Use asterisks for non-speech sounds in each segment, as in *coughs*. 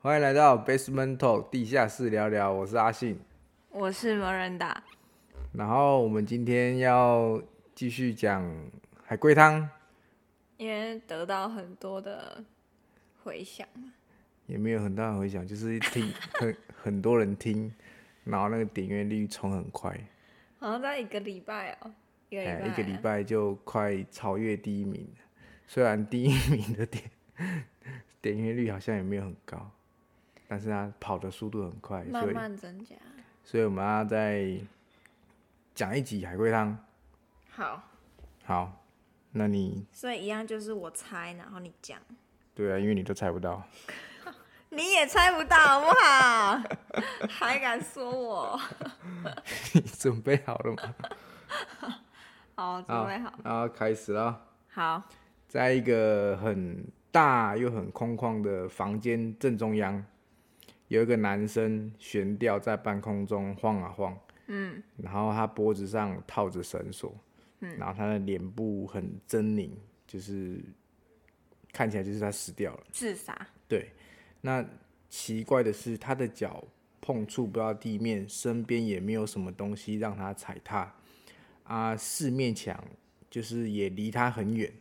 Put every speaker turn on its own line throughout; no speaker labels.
欢迎来到 Basement Talk 地下室聊聊，我是阿信。
我是魔人达，
然后我们今天要继续讲海龟汤，
因为得到很多的回响。
也没有很大的回响，就是
*laughs*
听很很多人听，然后那个点阅率冲很快，哎
好像在一个礼拜哦、一个礼拜、
一个礼。拜就快超越第一名了。虽然第一名的点点阅率好像也没有很高，但是它跑的速度很快，所
慢
以
慢增加。
所以我们要再讲一集海龟汤。
好，
好，那你
所以一样就是我猜，然后你讲，
对啊，因为你都猜不到。
你也猜不到好不好？ *laughs* 还敢说我？
*laughs* 你准备好了 *laughs* 吗？
好，准备好。
然后开始了。
好，
在一个很大又很空旷的房间正中央，有一个男生悬吊在半空中晃啊晃，嗯，然后他脖子上套着绳索，嗯，然后他的脸部很狰狞，就是看起来就是他死掉了。
自杀。
对，那奇怪的是，他的脚碰触不到地面，身边也没有什么东西让他踩踏，啊，四面墙就是也离他很远，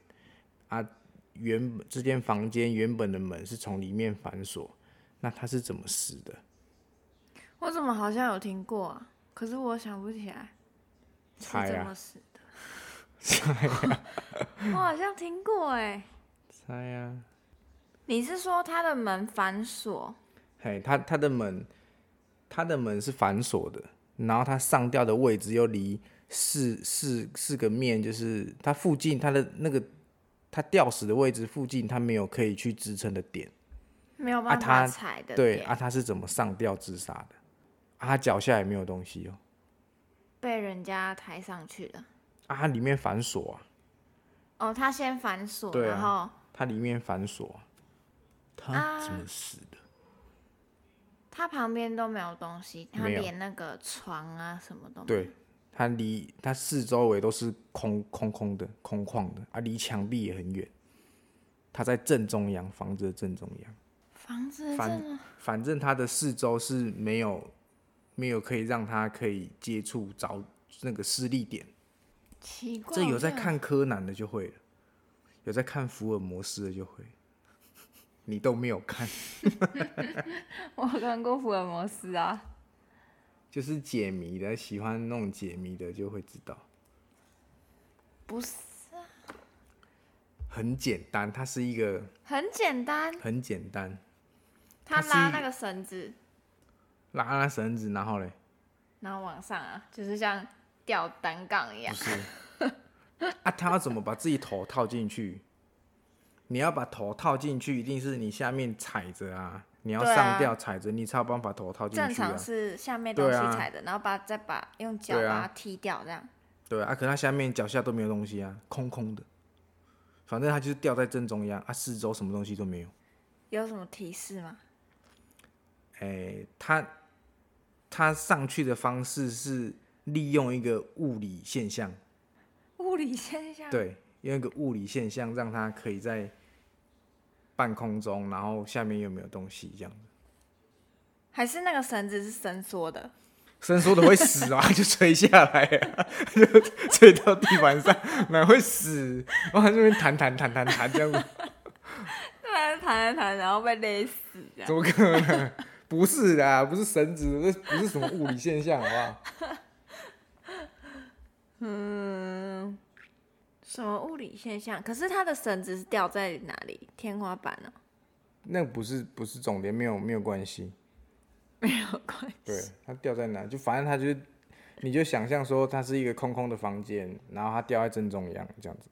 啊，原本这间房间原本的门是从里面反锁，那他是怎么死的？
我怎么好像有听过啊？可是我想不起来是
猜
怎
啊
么死的。 *laughs* 我好像听过哎、
猜呀、
你是说他的门反锁？
嘿，他他的门，他的门是反锁的，然后他上吊的位置又离四四四个面，就是它附近它的那个它吊死的位置附近，它没有可以去支撑的点。
没有
啊
办
他
法踩的
对
点
啊，他是怎么上吊自杀的？啊，他脚下也没有东西哦，
被人家抬上去的。
啊，它里面反锁啊，
哦，他先反锁，
对啊
然后
它里面反锁啊、
啊
他怎么死的？
他旁边都没有东西，他
没有
连那个床啊什么都没有。
对，它离它四周围都是空空空的、空旷的，啊，离墙壁也很远。它在正中央，房子的正中央。
房子
反
真的
反正它的四周是没有没有可以让它可以接触着那个视力点。
奇怪。
这有在
我真的
看柯南的就会了，有在看福尔摩斯的就会。你都没有看，
我看过福尔摩斯啊，
就是解谜的，喜欢那种解谜的就会知道，
不是
很简单，它是一个
很简单，
很简单，
他
他是
拉
一
那个绳子，
拉拉绳子，然后嘞，
然后往上啊，就是像吊单杠一样
不。是 *laughs* 啊，他要怎么把自己头套进去？你要把头套进去，一定是你下面踩着啊，你要
对啊
上吊踩着，你才有办法头套进
正
去啊
常。是下面东西
对啊
踩的，然后把再把用脚
对啊
把它踢掉，这样。
对啊，可他下面脚下都没有东西啊，空空的，反正他就是吊在正中央啊，四周什么东西都没有。
有什么提示吗？
哎、他他上去的方式是利用一个物理现象，
物理现象。
对，用一个物理现象让他可以在半空中，然后下面又没有东西这样。
还是那个绳子是伸缩的，
伸缩的会死啊， *laughs* 就垂下来、啊，就垂到地板上，哪会死？然后这边弹弹弹弹弹这样子，
对啊，弹一弹，然后被勒死这样。
怎么可能？不是啊，不是绳子，这不是什么物理现象，好不好？
嗯，什么物理现象？可是它的绳子是吊在哪里？天花板哦、
那不是不是重点，没有没有关系。
*laughs* 没有关系。
对，它掉在哪？就反正它就是，你就想象说它是一个空空的房间，然后它掉在正中央这样子。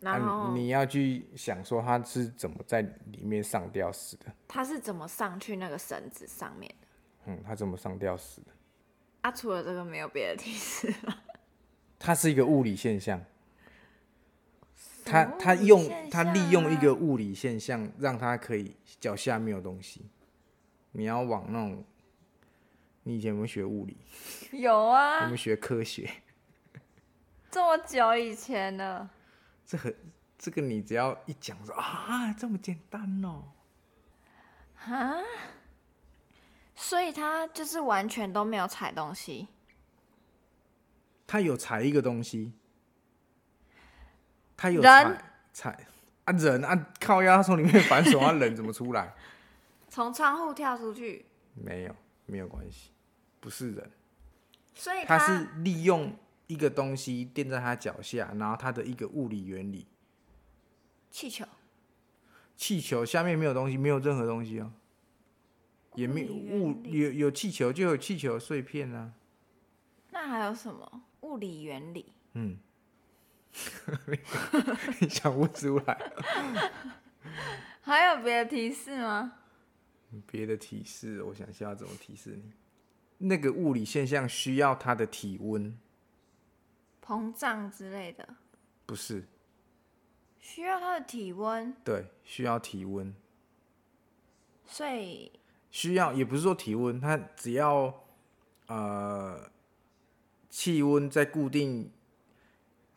然
啊
后
你你要去想说它是怎么在里面上吊死的？
它是怎么上去那个绳子上面的？
嗯，它怎么上吊死的？
啊，除了这个没有别的提示吗？
它是一个物理现象。
什
他
么
他
物理
用
现
他
象
利用一
啊
个物理现象，让他可以脚下没有东西。你要往那种，你以前有没有学物理？
*laughs* 有
有
啊
没，有学科学？ *laughs*
这么久以前了，
这很这个你只要一讲说啊，这么简单哦、
啊，所以他就是完全都没有踩东西，
他有踩一个东西，他有
人
踩踩啊人啊靠腰，他从里面反手，啊人怎么出来？ *laughs*
从窗户跳出去，
没有，没有关系，不是人，
所以
他是利用一个东西垫在他脚下，然后它的一个物理原理，
气球
气球下面没有东西，没有任何东西哦，也没有
物理原
物有有气球就有气球碎片啊， *laughs*
那还有什么物理原理？
你想不出来
还有别的提示吗？
别的提示，我想一下要怎么提示你。那个物理现象需要它的体温，
膨胀之类的，
不是
需要它的体温，
对，需要体温，
所以
需要也不是说体温，它只要呃气温在固定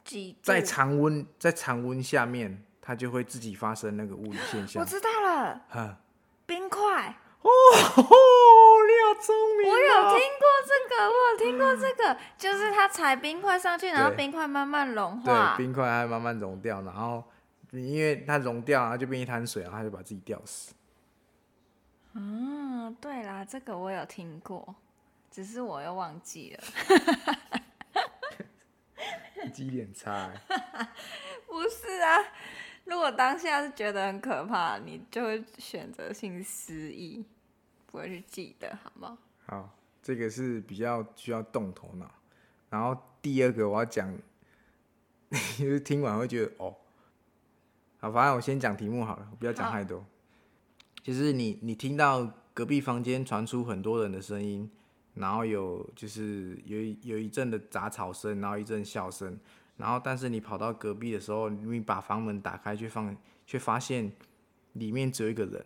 几度
在常温在常温下面，它就会自己发生那个物理现
我
象。
知道了，
哈，
冰块。
哦，你好聪明、哦
我有听过这个，我有听过这个，就是他踩冰块上去，然后
对
冰块慢慢融化
对，。冰块它慢慢融掉，然后因为它融掉，然后就变一滩水，然后它就把自己吊死。
嗯，对啦，这个我有听过，只是我又忘记了。
基点差、欸，
不是啊，如果当下是觉得很可怕，你就会选择性失忆，不会去记得，好吗？
好，这个是比较需要动头脑。然后第二个我要讲， *laughs* 就是听完会觉得哦，好，反正我先讲题目好了，我不要讲
好
太多。就是你你听到隔壁房间传出很多人的声音，然后有就是有一有一阵的杂草声，然后一阵笑声，然后但是你跑到隔壁的时候，你把房门打开，却放却发现里面只有一个人，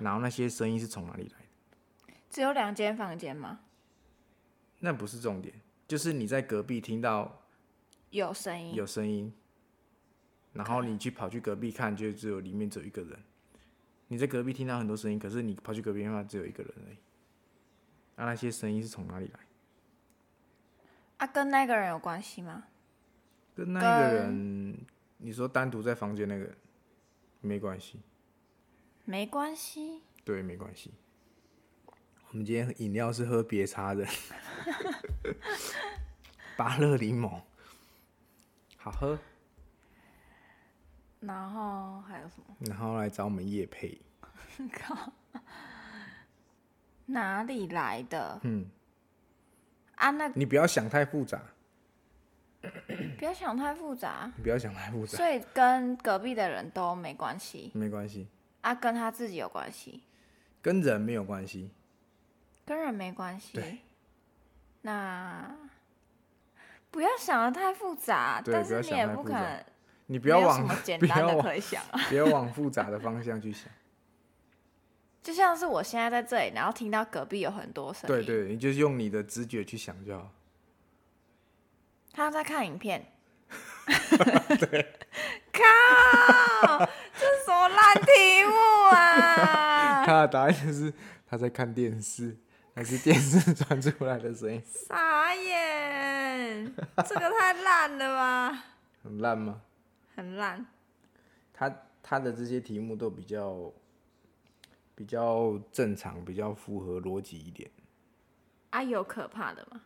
然后那些声音是从哪里来的？
只有两间房间吗？
那不是重点，就是你在隔壁听到
有声音，
有声音，然后你去跑去隔壁看，就只有里面只有一个人。你在隔壁听到很多声音，可是你跑去隔壁的话，只有一个人而已。啊那、那些声音是从哪里来？
啊，跟那个人有关系吗？
跟那一个人，你说单独在房间那个人，没关系，
没关系，
对，没关系。我们今天饮料是喝别茶 *laughs* 的，芭乐柠檬，好喝。
然后还有什么？
然后来找我们叶配。
哪里来的？
嗯，
啊，那
你不要想太复杂，
不要想太复杂，
你不要想太复杂，
所以跟隔壁的人都没关系，
没关系，
啊，跟他自己有关系，
跟人没有关系，
跟人没关系
对。
那不要想的太复杂，
对
但
不
是
要
你
想
也
太
不
复
可
杂
能
你不
没
要
有什
往 *laughs*
么简
不
单
要
的
往
可以想啊。
不要往 *laughs* 复杂的方向去
*laughs*
想，
就像是我现在在这里，然后听到隔壁有很多声音，
对，对，你就是用你的直觉去想就好。
他在看影片。靠！这是什么烂题目啊！
他 *laughs* 的答案就是他在看电视，还是电视传出来的声音，
傻眼，这个太烂了吧，
很烂吗？
很烂。
他他的这些题目都比较比较正常，比较符合逻辑一点，
啊，有可怕的吗？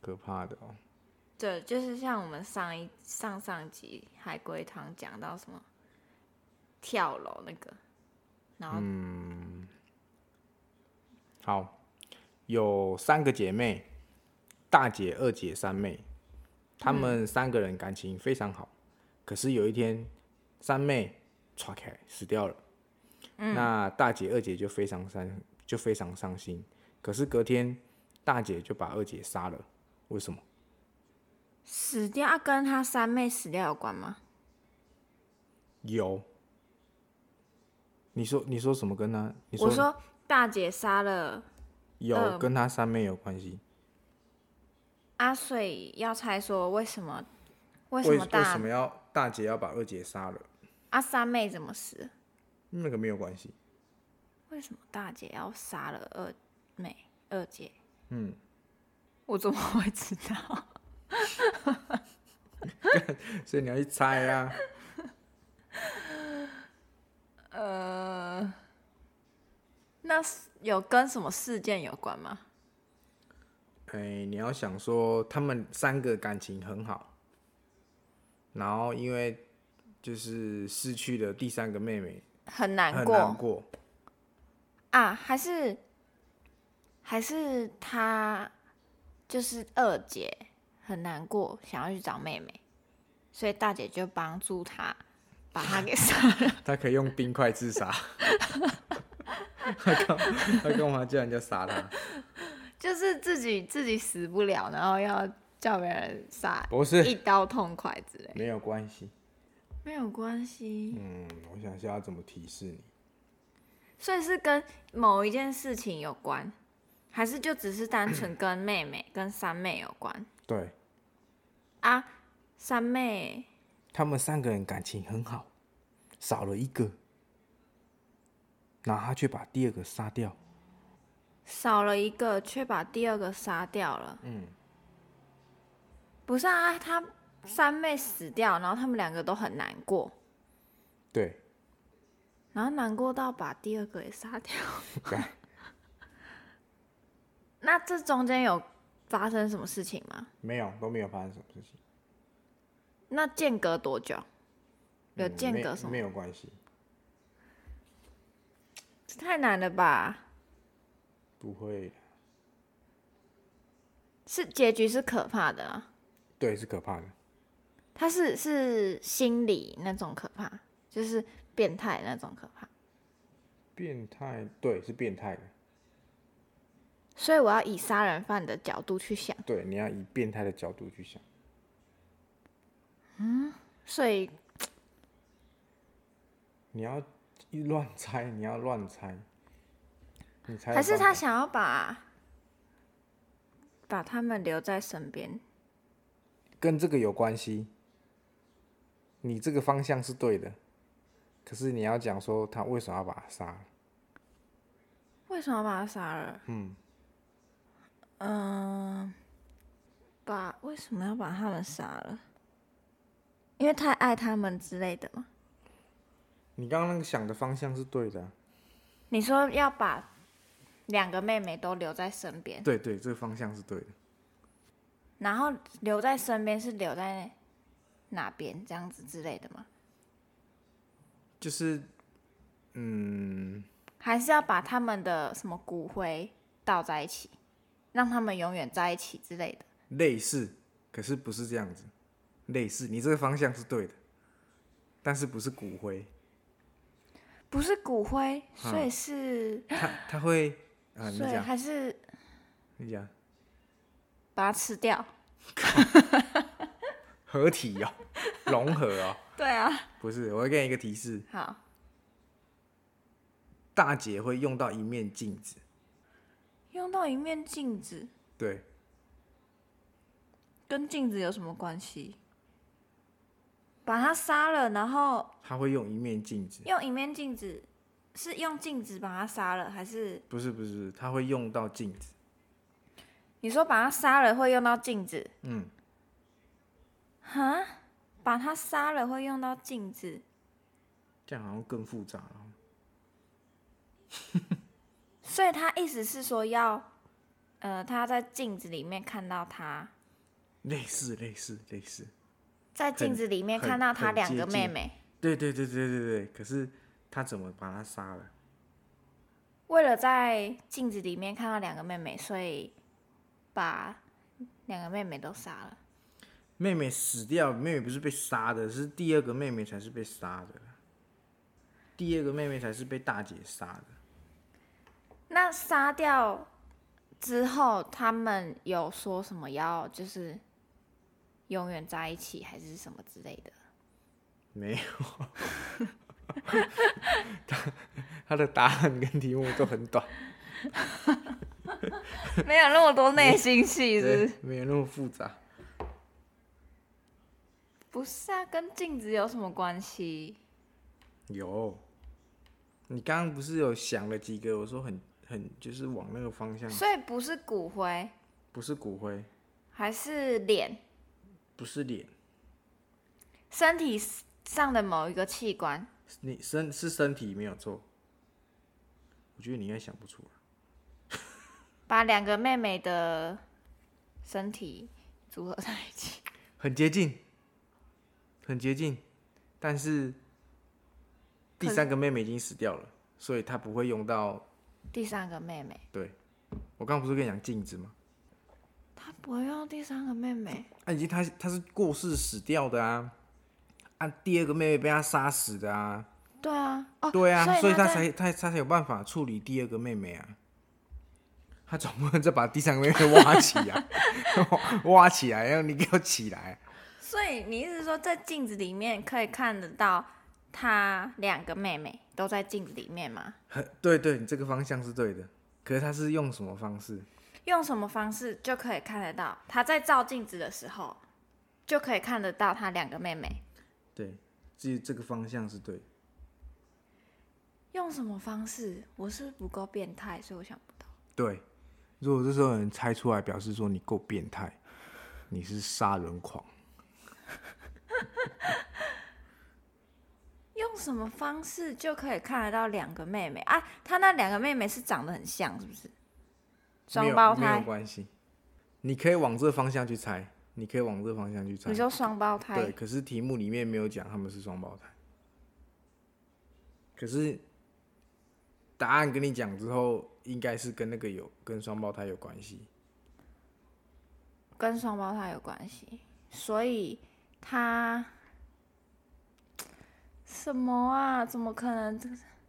可怕的哦。
对，就是像我们上一上上集海龟汤讲到什么跳楼那个，然后、
好，有三个姐妹，大姐、二姐、三妹，她
嗯
们三个人感情非常好。可是有一天，三妹岔开死掉了，
嗯
那大姐、二姐就非常伤，就非常伤心。可是隔天，大姐就把二姐杀了，为什么？
死掉，啊、跟他三妹死掉有关吗？
有。你说你说什么跟她？你
我说大姐杀了
有
呃
跟她三妹有关系？
阿水，啊所以要猜说为什么为什
为
么
为
大啊
什么要大姐要把二姐杀了？
阿、三妹怎么死？
那个没有关系。
为什么大姐要杀了二妹二姐？
嗯，
我怎么会知道？ *laughs*
所以你要去猜啊。 *laughs*
呃，那是有跟什么事件有关吗？
哎、你要想说他们三个感情很好，然后因为就是失去了第三个妹妹，
很难
很
过
难过。
啊，还是还是她就是二姐很难过，想要去找妹妹，所以大姐就帮助她把她给杀了。
他可以用冰块自杀， *laughs* 他干他干嘛叫人家杀他？
就是自己自己死不了，然后要叫别人杀，
不是
一刀痛快之类，
没有关系。
没有关系。
嗯，我想一下要怎么提示你。
所以是跟某一件事情有关，还是就只是单纯跟妹妹、跟三妹有关
对
啊？三妹
他们三个人感情很好，少了一个，然后他却把第二个杀掉。
少了一个，却把第二个杀掉了。
嗯，
不是啊，她三妹死掉，然后他们两个都很难过，
对，
然后难过到把第二个也杀掉。 *laughs*
干
那这中间有发生什么事情吗？
没有都没有发生什么事情，
那间隔多久？有
嗯
间
没
隔什么？
没有关系，
这太难了吧？
不会的。
是结局是可怕的啊，
对，是可怕的。
它是是心理那种可怕，就是变态那种可怕。
变态，对，是变态的。
所以我要以杀人犯的角度去想，
对，你要以变态的角度去想。
所以
你要一乱猜，你要乱猜，你猜得
还是
到
他
吗
想要把把他们留在身边，
跟这个有关系，你这个方向是对的，可是你要讲说他为什么要把他杀了？
为什么要把他杀了？
嗯，
嗯，把为什么要把他们杀了？因为太爱他们之类的吗？
你刚刚那个想的方向是对的啊、
你说要把两个妹妹都留在身边，
对对，这个方向是对的，
然后留在身边是留在哪边这样子之类的吗？
就是，嗯，
还是要把他们的什么骨灰倒在一起，让他们永远在一起之类的？
类似，可是不是这样子，类似，你这个方向是对的，但是不是骨灰，
不是骨灰，所以是，
他他会
*laughs*
啊，你
所以
讲，
还是
你讲，
把它吃掉？
合体哦， *laughs* 融合哦，
对啊，
不是，我会给你一个提示，
好，
大姐会用到一面镜子，
用到一面镜子，
对，
跟镜子有什么关系？把他杀了，然后
她会用一面镜子。
用一面镜子，是用镜子把他杀了，还是
不是不是，他会用到镜子。
你说把他杀了会用到镜子？
嗯，
哈，把他杀了会用到镜子，
这样好像更复杂哦了。
所以他意思是说要，呃，他在镜子里面看到他，
类似类似类似，
在镜子里面
很
看到他
很
两
接
个妹
近
妹，
对对对对对对。可是他怎么把他杀了？
为了在镜子里面看到两个妹妹，所以把两个妹妹都杀了。
妹妹死掉，妹妹不是被杀的，是第二个妹妹才是被杀的。第二个妹妹才是被大姐杀的。
那杀掉之后，他们有说什么要就是永远在一起，还是什么之类的？
没有，他他的答案跟题目都很短，
*laughs* 没有那么多内心戏，是不
对
是？，
哎没有那么复杂。
不是啊，跟镜子有什么关系？
有，你刚刚不是有想了几个？我说很很就是往那个方向，
所以不是骨灰，
不是骨灰，
还是脸，
不是脸，
身体上的某一个器官。
你身是身体没有错。我觉得你应该想不出来。
把两个妹妹的身体组合在一起。
很接近，很接近，但是第三个妹妹已经死掉了，所以她不会用到。
第三个妹妹，
对，我刚刚不是跟你讲镜子吗？
她不会用第三个妹妹，
啊，已经她她是过世死掉的啊，啊，第二个妹妹被她杀死的啊，
对啊，哦，
对啊，所以
她
她
在
才她她才有办法处理第二个妹妹啊。她总不能再把第三个妹妹挖起来， *laughs* 挖起来，然后你给我起来，
所以你意思是说，在镜子里面可以看得到她两个妹妹都在镜子里面吗？
很 *laughs* 对对，你这个方向是对的。可是他是用什么方式？
用什么方式就可以看得到？她在照镜子的时候就可以看得到她两个妹妹。
对，这这个方向是对的。
用什么方式？我是不是不够变态，所以我想不到。
对，如果这时候有人猜出来，表示说你够变态，你是杀人狂。
用什么方式就可以看得到两个妹妹啊？她那两个妹妹是长得很像，是不是？
没
双
有
胞
没有
胎？
关系，你可以往这个方向去猜，你可以往这个方向去猜
你。说双胞
对，
胎？
可是题目里面没有讲他们是双胞胎。可是答案跟你讲之后，应该是跟那个有跟双胞胎有关系。
跟双胞胎有关系，所以她什么啊？怎么可能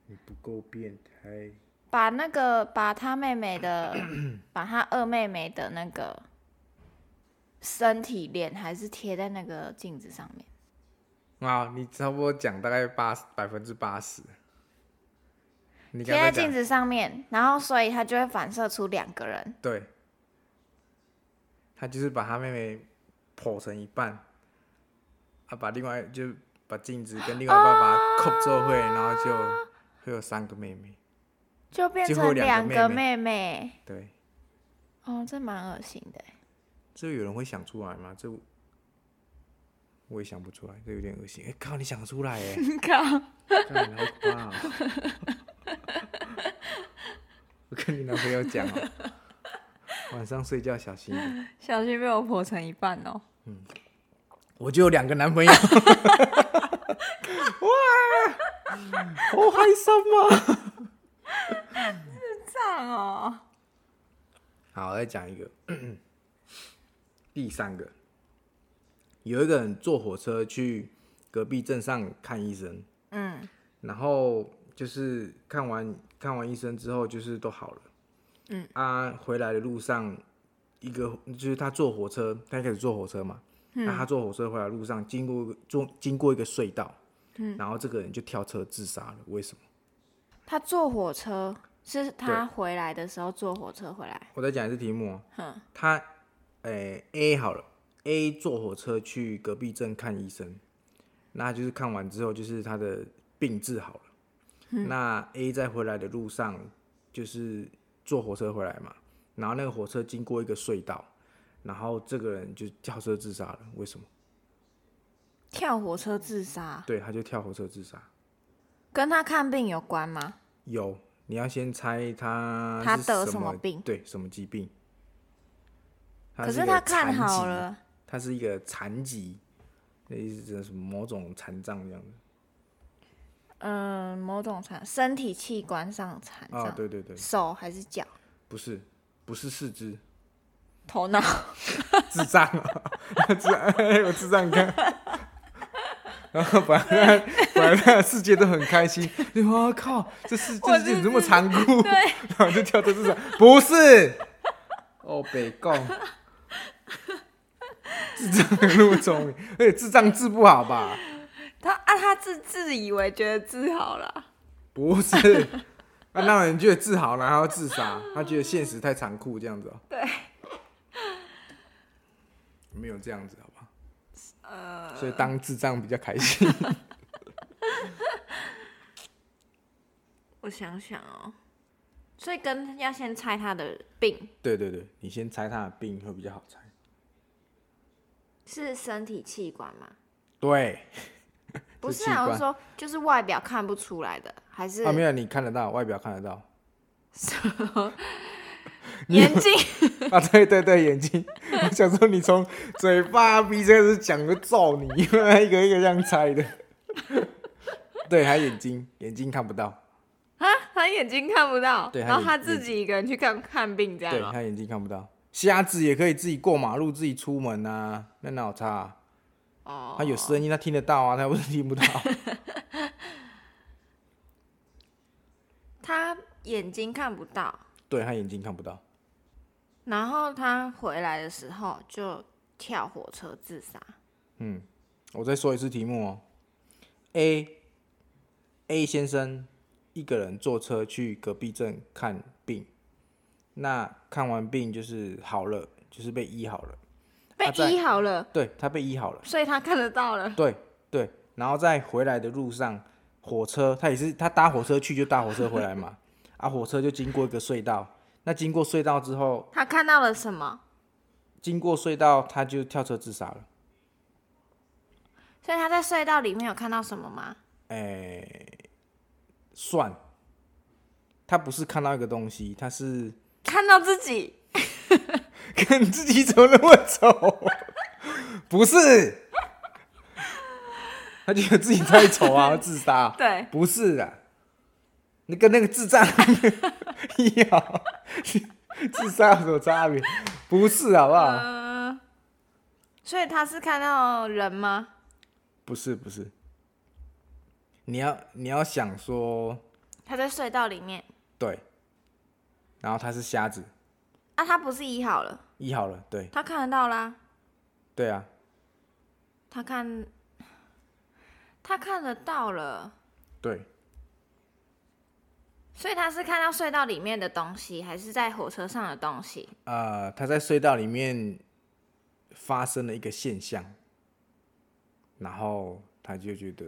你不够变态。
把那个把她妹妹
*clears throat*
的把她二妹妹的那个身体脸还是贴在那个镜子上面？
啊，你差不多讲大概八百分之八十。你
贴
刚
在
才
镜
讲
子上面，然后所以它就会反射出两个人。
对，他就是把他妹妹剖成一半，啊，把另外就把镜子跟另外一半
啊
把它扣做会，然后就会有三个妹妹。
就变
就会有
成
两
两
个
个
妹
妹妹。
对，
哦，这蛮恶心的欸。
这有人会想出来吗？这我也想不出来，这有点恶心。哎、靠，你想出来哎、
*laughs* 靠，
干你好可怕、哦！ *laughs* 我跟你男朋友讲哦，晚上睡觉小心一点。
小心被我剖成一半哦！
我就有两个男朋友，哇， *laughs* 好害膈啊！
赞哦！
好，我再讲一个， *clears throat* 第三个，有一个人坐火车去隔壁镇上看医生，
嗯
然后就是看完看完医生之后，就是都好了。
嗯
啊，回来的路上，一个就是他坐火车，他一开始坐火车嘛，
嗯
那、他坐火车回来的路上，经过一个坐经过一个隧道，嗯，然后这个人就跳车自杀了。为什么？
他坐火车，是
对
他回来的时候坐火车回来。
我再讲一次题目、哦，
哼，
他，诶、a 好了，A 坐火车去隔壁镇看医生，那就是看完之后，就是他的病治好了。那 A 在回来的路上，就是坐火车回来嘛，然后那个火车经过一个隧道，然后这个人就跳车自杀了。为什么？
跳火车自杀，
对，他就跳火车自杀。
跟他看病有关吗？
有，你要先猜他
他
是
得
什
什么病
对，什么疾病？他
可
一
是
个
他看
残
好
疾
了，
它是一个残疾，那意思是什么某种残障这样子。
嗯、某种残，身体器官上残
啊、
障，
对对对，
手还是脚？
不是不是四肢，
头脑？ *laughs*
智障啊， *laughs* 智障，有智障 *laughs* 啊感。然后本来本来那个世界都很开心，就哇靠，这世这
我
世界
是
怎么这么残酷？
对，
然后就跳到智障，不是，哦北贡，智障那么聪明，而且哎智障治不好吧？
他啊，他自自以为觉得治好了，
不
*laughs*
是，啊，让人觉得自豪，然后自杀，他觉得现实太残酷，这样子哦、
对，
没有这样子，好吧？呃，所以
*laughs*
当智障比较开心。
我想想哦，所以跟要先猜他的病
对对对，你先猜他的病会比较好猜。
是身体器官吗？
对，
不
是
是啊，
器
我
官
是说就是外表看不出来的，还是
啊，没有，你看得到，外表看得到
眼睛？
啊，对对对，眼
*laughs*
睛。我想说，你从嘴巴、鼻子开始讲，会揍你， *laughs* 因为一个一个这样猜的。对，还有眼睛，眼睛看不到，
他眼睛看不到，
对他
然后他
眼
自己一个人去看看病这样
对
哦、
他眼睛看不到。瞎子也可以自己过马路、自己出门啊，那哪有差、啊？
哦，
他有声音，他听得到啊，他不是听不到。 *laughs*
他眼睛看不到，
对他眼睛看不到，
然后他回来的时候就跳火车自杀。
我再说一次题目哦。A A 先生一个人坐车去隔壁镇看病，那看完病就是好了，就是被医好了。
被
啊在
医好了，
对他被医好了，
所以他看得到了。
对对，然后在回来的路上，火车他也是他搭火车去就搭火车回来嘛，啊，火车就经过一个隧道，那经过隧道之后，
他看到了什么？
经过隧道他就跳车自杀了。
所以他在隧道里面有看到什么吗？
哎、算，他不是看到一个东西，他是 *laughs*
看到自己，
看自己走那么丑，不是， *laughs* 他觉得自己太丑啊，自杀，
对，
不是啊，你跟那个智障 *laughs* 一样，自杀有什么差别？不是好不好？
呃，所以他是看到人吗？
不是不是，你要你要想说
他在隧道里面
对，然后他是瞎子，
啊，他不是医好了，
医好了，对
他看得到啦，
对啊，
他看，他看得到了，
对，
所以他是看到隧道里面的东西，还是在火车上的东西？
呃，他在隧道里面发生了一个现象，然后他就觉得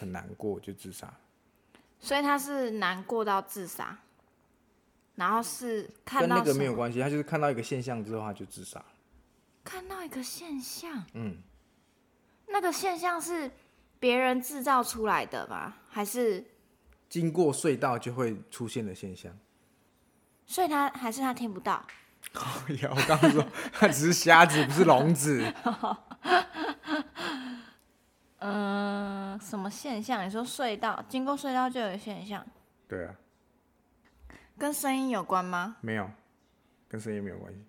很难过，就自杀。
所以他是难过到自杀，然后是看
跟
到
那个
什
没有
么
关系，他就是看到一个现象之后他就自杀了。
看到一个现象，
嗯，
那个现象是别人制造出来的吗？还是
经过隧道就会出现的现象。
所以他还是他听不到？
呀， *laughs* 我刚刚说他只是瞎子，不是聋子。
嗯、什么现象？你说隧道经过隧道就有现象，
*laughs* 对啊，
跟声音有关吗？
没有，跟声音没有关系。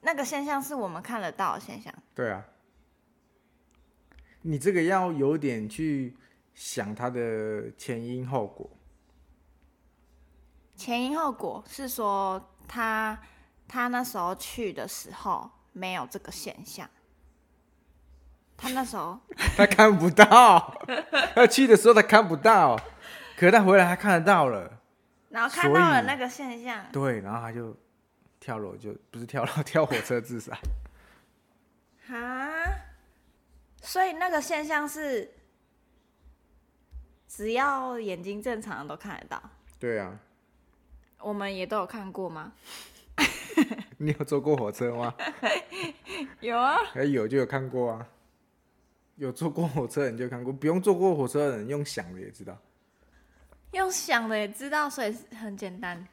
那个现象是我们看得到的现象，
对啊，你这个要有点去想它的前因后 *laughs* 果。
前因后果是说他他那时候去的时候没有这个现象，他那时候
他看不到，他去的时候他看不到，可是他回来他看得到了。
然后看到
所
了
以
那个现象，
对，然后他就跳楼就，不是跳楼，跳火车自杀。
哈，所以那个现象是只要眼睛正常的都看得到，
对啊，
我们也都有看过吗？
你有坐过火车吗？
有啊，
哎，有就有看过啊。有坐过火车的人就看过，不用坐过火车的人用想的也知道。
用想的也知道，所以很简单。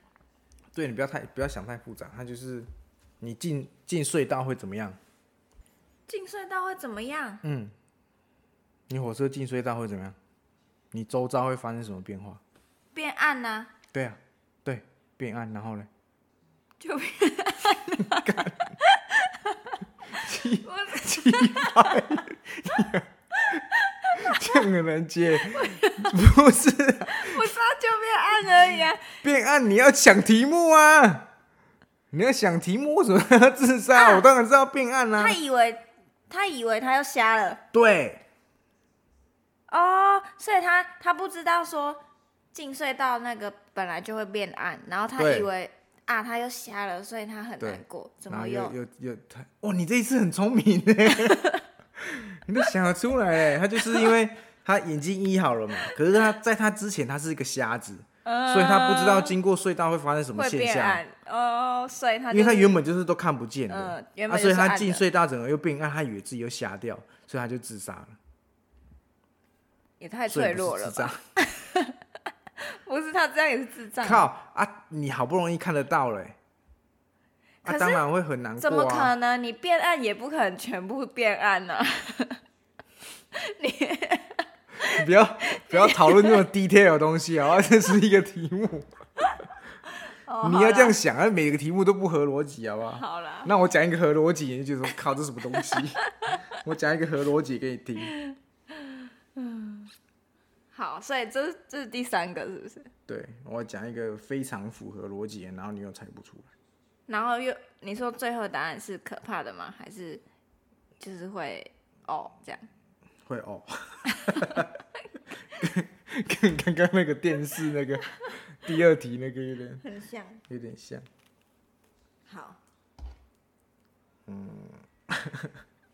对你不要太不要想太复杂，他就是你进进隧道会怎么样？
进隧道会怎么样？
嗯，你火车进隧道会怎么样？你周遭会发生什么变化？
变暗呢、 *laughs*
对啊，对，变暗，然后呢？
就变 *laughs* 暗了。
*laughs* 这个人接，不是
我我知道就变暗而已啊，
变暗，你要想题目啊！你要想题目，为什么要自杀？我当然知道变暗啦、
他以为他以为他又瞎了。
对
哦，所以他他不知道说进隧道那个本来就会变暗，然后他
对
以为啊他又瞎了，所以他很
对
难过，怎
然
么
后
又
又又又他， *laughs* 哇！你这一次很聪明呢，你都想得出来欸。他就是因为他眼睛医好了嘛，可是他在他之前他是一个瞎子，所以他不知道经过隧道会发生什么
嗯会
现
变
象，
暗哦，所以他
因为
就
他
是
原本就是都看不见的
嗯，原
啊，
本
所
就
以
是暗
他
的
进隧道整个又变暗，他以为自己又瞎掉，所以他就自杀了，
也太
所
脆
以不
弱
是
了
自杀
吧？。不是他这样也是智障，
靠啊！你好不容易看得到嘞、
可
啊，
是
当然会很难过、啊。
怎么可能？你变暗也不可能全部变暗呢、
不要不要讨论这么 detail 的东西啊！ *laughs* 这是一个题目，
哦，
你要这样想啊，每个题目都不合逻辑，好不好？
好啦，
那我讲一个合逻辑，你就觉得说靠，这什么东西？ *laughs* 我讲一个合逻辑给你听。
好，所以这是这是第三个是不是？
对，我讲一个非常符合逻辑的，然后你又猜不出来。
然后又你说最后答案是可怕的吗？还是就是会哦这样？
会哦， *laughs* 跟跟刚刚那个电视那个第二题那个有点
很像。
有点像。
好，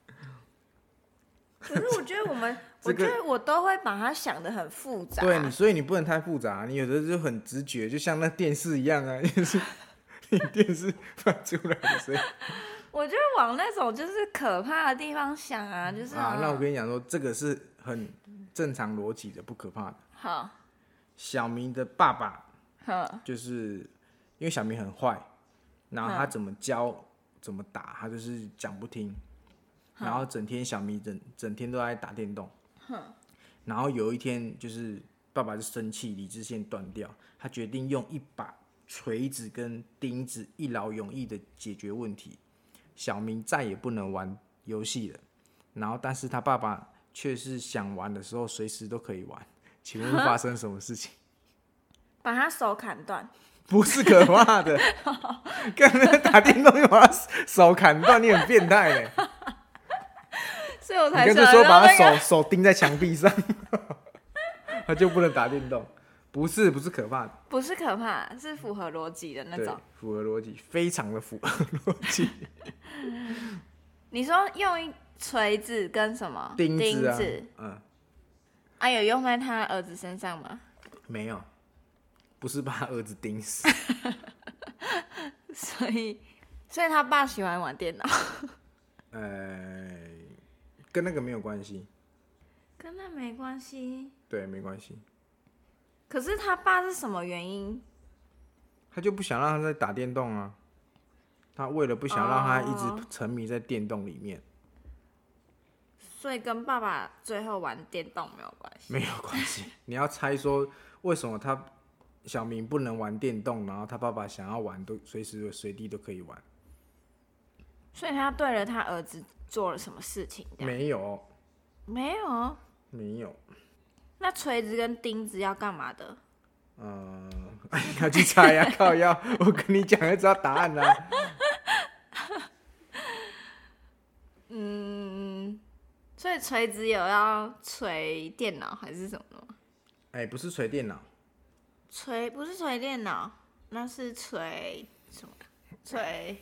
嗯。可是我觉得我们，
这个
我觉得我都会把它想的很复杂。
对你，所以你不能太复杂，你有的就很直觉，就像那电视一样啊，就是 *laughs* 你电视 *laughs* 放出来的声音
我就往那种就是可怕的地方想啊，就是
啊。那我跟你讲说，这个是很正常逻辑的，不可怕的。
好，
小明的爸爸
好，
就是因为小明很坏，然后他怎么教、怎么打，他就是讲不听，然后整天小明整整天都在打电动。然后有一天就是爸爸就生气，理智线断掉，他决定用一把锤子跟钉子一劳永逸的解决问题。小明再也不能玩游戏了，然后但是他爸爸却是想玩的时候随时都可以玩。请问发生什么事情？
把他手砍断。
不是可怕
*laughs*
的，刚才打电动又把他手砍断，你很变态嘞！
所以我
你
才
跟
想
他说
到
把他
那个
手手钉在墙壁上， *laughs* 他就不能打电动。不是，不是可怕的，
不是可怕，是符合逻辑的那
对
种。，
符合逻辑，非常的符合逻辑。
你说用一锤子跟什么
钉子啊，
子
嗯，
啊，有用在他儿子身上吗？ *laughs*
没有，不是把他儿子钉死，
*laughs* 所以，所以他爸喜欢玩电脑，
呃，跟那个没有关系，
跟那没关系。
对，没关系。
可是他爸是什么原因？
他就不想让他在打电动啊，他为了不想让他一
哦
直沉迷在电动里面。
所以跟爸爸最后玩电动没有关
*laughs*
系。
没有关系。你要猜说为什么他小明不能玩电动，然后他爸爸想要玩都随时随地都可以玩？
所以他对了他儿子做了什么事情？这样
没有，
没有。
没有，
那锤子跟钉子要干嘛的？
嗯、呃， *laughs* 你要去猜呀、靠要，我跟你讲，要知道答案啊啦、
嗯，所以锤子有要锤电脑还是什么的吗？
*laughs* 哎、不是锤电脑，
锤不是锤电脑，那是锤什么？锤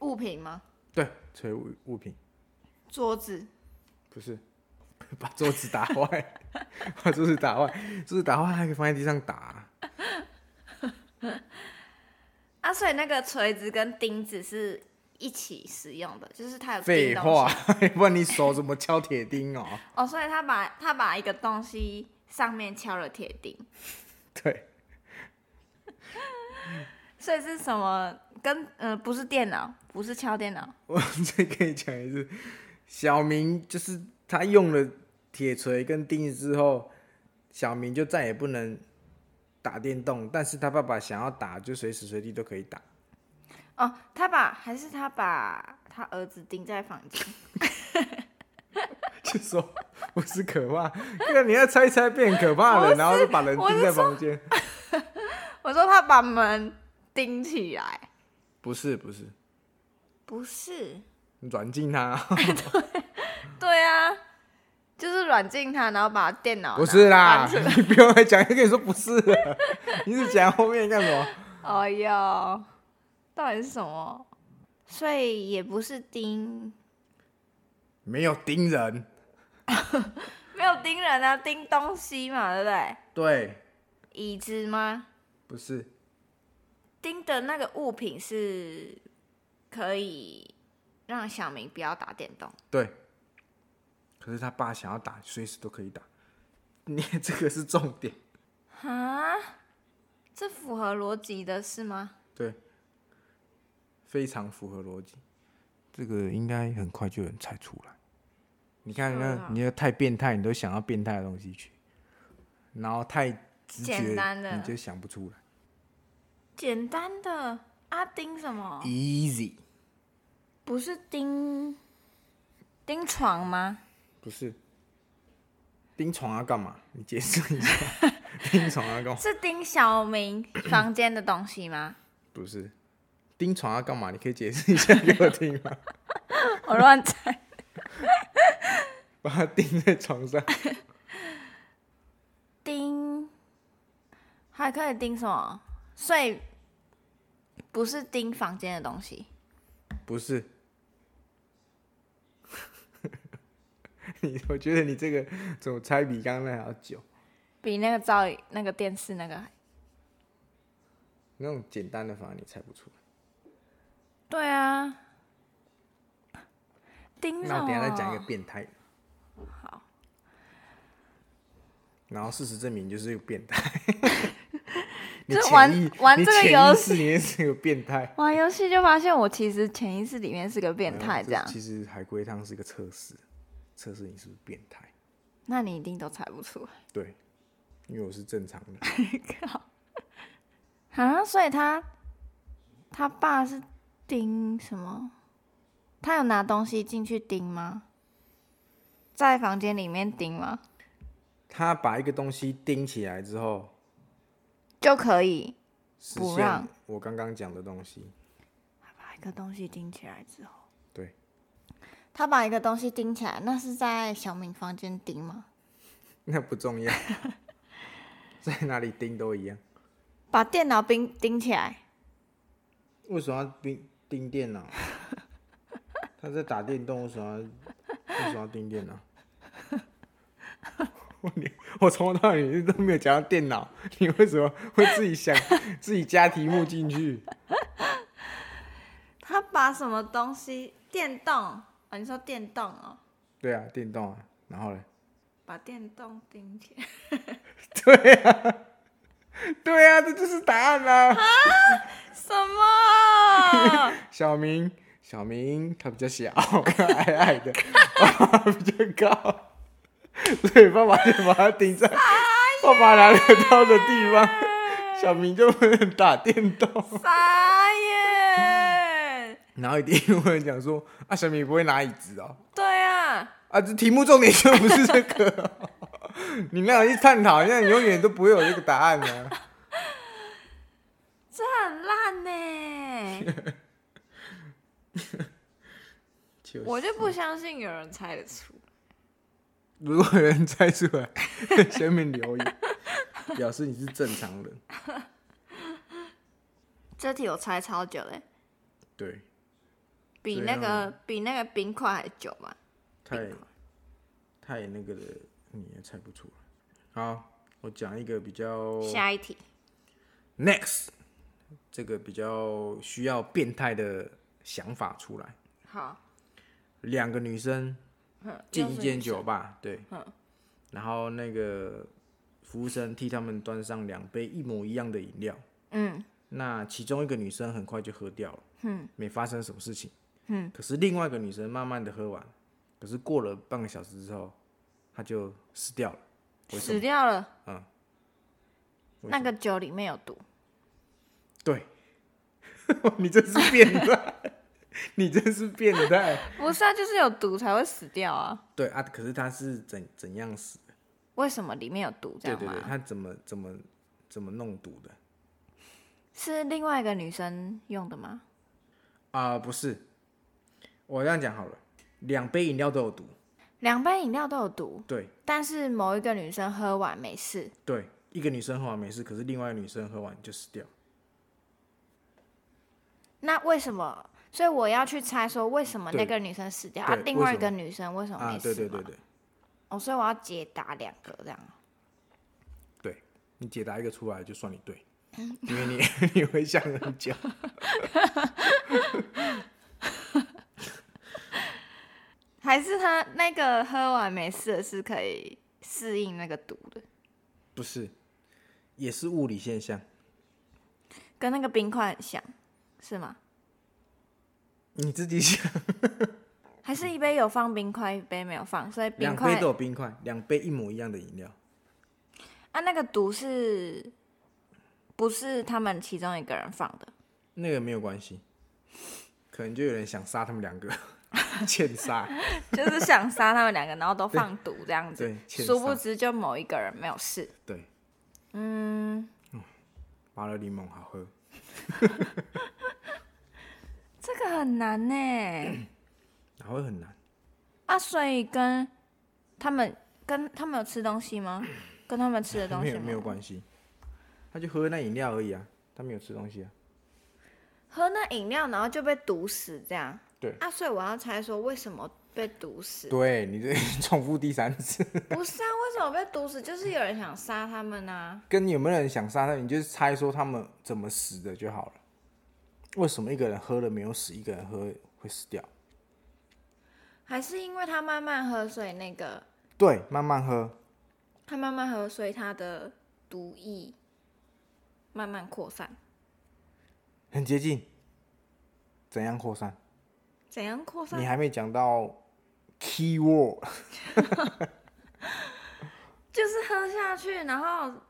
物品吗？
对，锤物物品，
桌子。
不是。 *laughs* 把桌子打坏， *laughs* 把桌子打坏，桌子打坏还可以放在地上打啊、
啊，所以那个锤子跟钉子是一起使用的，就是它有钉
废
东
话
西，
*laughs* 不然你手怎么敲铁钉哦？
哦，所以他把他把一个东西上面敲了铁钉，
对，
所以是什么？跟呃不是电脑，不是敲电脑，
我再跟你讲一次，小明就是他用了铁锤跟钉子之后，小明就再也不能打电动，但是他爸爸想要打就随时随地都可以打。 *laughs*
哦，他把还是他把他儿子钉在房间， *laughs*
就说不是可怕，那你要猜一猜变可怕了，然后就把人
我是
钉在房间。
我说他把门钉起来，
不是不是，
不是，
软禁他，
对啊，就是软禁他，然后把电脑
不是啦
拿搬出来，
你不用再讲，跟你说不是了，你是讲后面干什么？
哎呦，到底是什么？所以也不是钉，
没有盯人，
没有盯人啊，盯东西嘛，对不对？
对，
椅子吗？
不是，
盯的那个物品是可以让小明不要打电动。
对。可是他爸想要打，随时都可以打。 *laughs* 你这个是重点，
啊，这符合逻辑的是吗？
对，非常符合逻辑。这个应该很快就能猜出来。你看，
是
那
啊
你要太变态，你都想要变态的东西去，然后太直觉
简单，的
你就想不出来。
简单的啊，盯什么？
Easy，
不是盯盯床吗？
不是盯床要干嘛？你解释一下，
*laughs*
盯床要干嘛？
是盯小 *coughs* 明房间的东西吗？
不是盯床要干嘛？你可以解释一下给我听吗？
*laughs* 我乱猜。
把它钉在床上， *laughs*
盯还可以盯什么？睡不是盯房间的东西，
不是。 *laughs* 你我觉得你这个怎么猜比刚刚那还要久？
比那个照那个电视那个。
那种简单的反而你猜不出来。
对啊，盯什
那我
么？
等一下再讲一个变态的。
啊好。
*laughs* 然后事实证明，就是个变态。
*laughs*
你
这
潜
玩
意
玩
你
这个
潜
游
意识里面是个变态。
玩游戏就发现我其实潜意识里面是个 *laughs* 变态，这样，
其实海龟汤是一个测试，测试你是不是变态。
那你一定都猜不出 *laughs* 来。
对，因为我是正常的。
啊，所以他他爸是盯什么？他有拿东西进去盯吗？在房间里面盯吗？
他把一个东西钉起来之后，
就可以
实
不
现
让
我刚刚讲的东西。
把一个东西盯起来之后，
对，
他把一个东西盯起来，那是在小明房间盯吗？
那不重
*laughs*
要，在哪里钉都一样。
把电脑盯盯起来，
为什么要钉钉电脑？他在打电动，为什么要为什么要钉电脑？我连我从头到尾都没有讲到电脑，你为什么会自己
*laughs*
想自己加题目进去？
他把什么东西？电动啊、你说电动哦，
对啊，电动啊，然后嘞，
把电动盯起来。
啊对啊，这就是答案啦、
*laughs* 什么？
小明，小明他比较小， *laughs* 矮矮的， *laughs* 爸爸比较高，所以爸爸就把他顶在爸爸拿得到的地方。小明就不能打电动，
*laughs* 傻眼！
然后一定会讲说啊，小明也不会拿椅子哦，
对啊，
啊，这题目重点就不是这个 *laughs* 哦、你那样一探讨，那你永远都不会有这个答案啊呢、
这很烂呢、
就
我就不相信有人猜得出。
如果有人猜出来， *laughs* 下面留言，表示你是正常人。
这题我猜超久嘞，
对，
比
怎
那
样
个比那个冰块还久吧？
太太那个的，你也猜不出来。好，我讲一个比较
下一题，
next 这个比较需要变态的想法出来。
好，
两个女生
哼
进
又
一
是
间
你
酒吧，对，然后那个服务生替他们端上两杯一模一样的饮料，
嗯，
那其中一个女生很快就喝掉了，嗯，没发生什么事情，嗯，可是另外一个女生慢慢的喝完，可是过了半个小时之后，她就死掉了，为什
死
么？
掉了。
嗯为
那个酒里面有毒，
对， *laughs* 你真是变
*laughs*
态，你真是变态。
不是啊，就是有毒才会死掉啊。
对啊，可是她是怎怎样死的？
为什么里面有毒？这
对
样
对
吗？
对，她怎么怎么怎么弄毒的？
是另外一个女生用的吗？
啊、不是，我这样讲好了，两杯饮料都有毒，
两杯饮料都有毒，
对
但是某一个女生喝完没事，
对，一个女生喝完没事，可是另外一个女生喝完就死掉。
那为什么？所以我要去猜说为什么那
对
个女生死掉，
对
啊，另外一
为什
个
么
女生为什么
啊，
没
对对
事嘛？
对对，
哦，所以我要解答两个这样。
对你解答一个出来就算你
*laughs*
对，因为你 *laughs* 你会想很久。
还是他那个喝完没事的是可以适应那个毒的，
不是，也是物理现象。
跟那个冰块很像，是吗？
你自己想，
还是一杯有放冰块，一杯没有放，所以冰
两杯
块
都有冰块，两杯一模一样的饮料，
啊，那个毒是不是他们其中一个人放的？ *laughs*
那个没有关系。可能就有人想杀他们两个， *laughs* 欠
*laughs*
杀。
就是想杀他们两个，然后都放毒这样子
对，欠
殊不
杀
知就某一个人没有事。
对，
嗯，
芭乐柠檬好喝。
这个很难呢、
哪会很难？
啊，所以跟他们跟他们有吃东西吗？跟他们吃的东
没
西
有
吗
没有关系，他就喝那饮料而已啊，他没有吃东西啊。
喝那饮料，然后就被毒死这样。
对
啊，所以我要猜说为什么被毒死？
对你这 *laughs* 重复第三次，
不是啊，为什么被毒死？就是有人想杀他们啊。
跟有没有人想杀他，你就是猜说他们怎么死的就好了。为什么一个人喝了没有死，一个人喝会死掉？
还是因为他慢慢喝，所以那个
对，慢慢喝，
他慢慢喝，所以他的毒液慢慢扩散。
很接近。怎样扩散？
怎样扩散
你？还没讲到 key word， *laughs*
就是喝下去，然后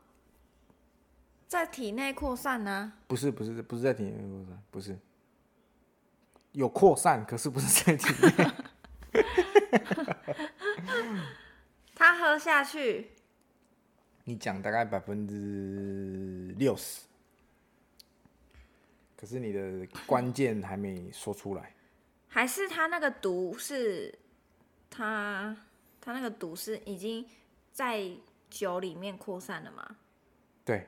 在体内扩散啊呢、
不是不是不是在体内扩散，不是有扩散，可是不是在体内。
他喝下去，
你讲大概百分之六十，可是你的关键还没说出来。
还是他那个毒是他他那个毒是已经在酒里面扩散了吗？
对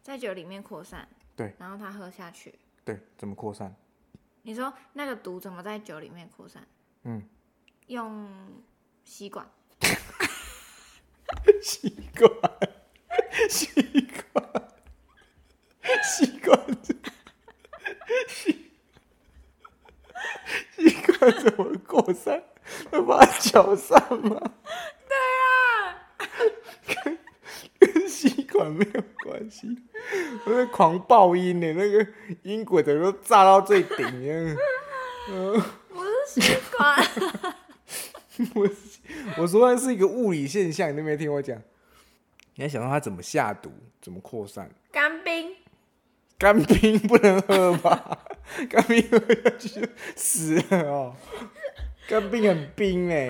在酒里面扩散，
对，
然后他喝下去。
对，怎么扩散？
你说那个毒怎么在酒里面扩散？
嗯，
用吸管。
习惯，习惯，习惯，习习惯怎么扩散？会把它搅散吗？对啊，跟吸管没有关系。我在狂爆音呢，那个音轨整个都炸到最顶这样。
不是吸管， *laughs*
我 *laughs* 我说的是一个物理现象，你都没听我讲。你还想到它怎么下毒，怎么扩散？
干冰。
干冰不能喝吧？ *laughs* 干冰喝下去就死了哦。干冰很冰哎、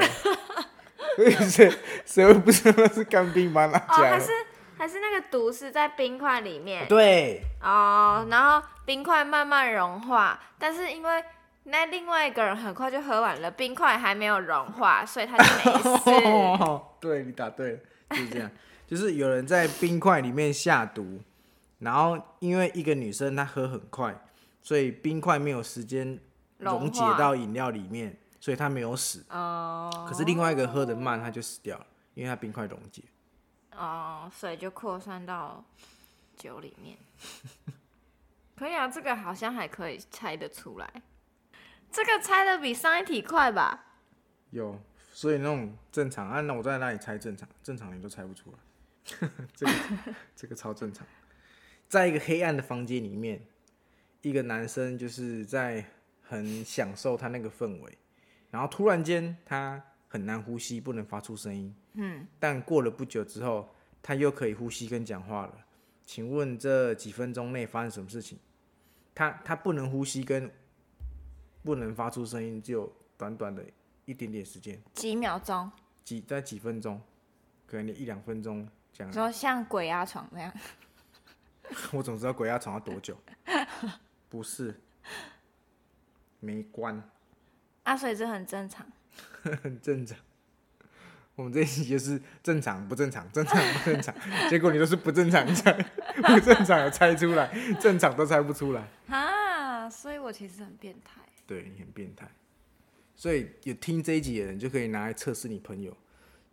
所以谁谁会不知道那是干冰把它拿
哦，
起来
还
了？
是还是那个毒是在冰块里面
对
哦，然后冰块慢慢融化，但是因为那另外一个人很快就喝完了，冰块还没有融化，所以他就没事。
哦， *laughs* 对你答对了，就是这样，就是有人在冰块里面下毒，然后因为一个女生她喝很快，所以冰块没有时间
融
溶解
化
到饮料里面，所以她没有死。
哦
可是另外一个喝得慢，她就死掉了，因为她冰块溶解。
哦，所以就扩散到酒里 *laughs* 面。可以啊，这个好像还可以猜得出来，这个猜的比上一题快吧？
有，所以那种正常啊，那我在那里猜正常，正常你都猜不出来， *laughs* 这个这个超正常。在一个黑暗的房间里面，一个男生就是在很享受他那个氛围，然后突然间他很难呼吸，不能发出声音。嗯，但过了不久之后，他又可以呼吸跟讲话了。请问这几分钟内发生什么事情？他他不能呼吸跟不能发出声音，只有短短的一点点时间，
几秒钟，
几在几分钟，可能一两分钟这样。
说像鬼压床那样，
*laughs* 我总知道鬼压床要多久， *laughs* 不是没关，
啊，所以这很正常。
很正常。我们这一期就是正常不正常，正常不正常，结果你都是不正常猜， *laughs* 不正常有猜出来，正常都猜不出来。
啊，所以我其实很变态。
对你很变态，所以有听这一集的人就可以拿来测试你朋友，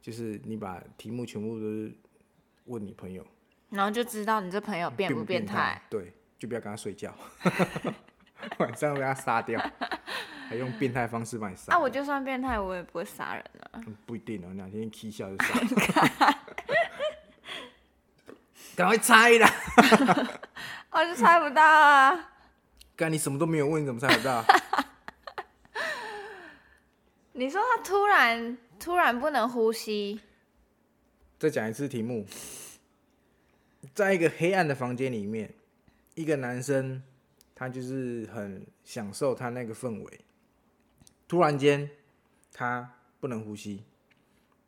就是你把题目全部都是问你朋友
然后就知道你这朋友变
不
不
变
态。，
对，就不要跟他睡觉， *laughs*
*laughs*
晚上被他杀掉，还用变态方式把你杀
啊，
掉。
我就算变态，我也不会杀人啊。
嗯不一定哦，两天踢
*laughs*
笑就杀了。 *laughs* 赶快猜啦！
我哦就猜不到啊。
干你什么都没有问，你怎么猜得到？
你说他突然突然不能呼吸，
再讲一次题目，在一个黑暗的房间里面，一个男生他就是很享受他那个氛围，突然间他不能呼吸，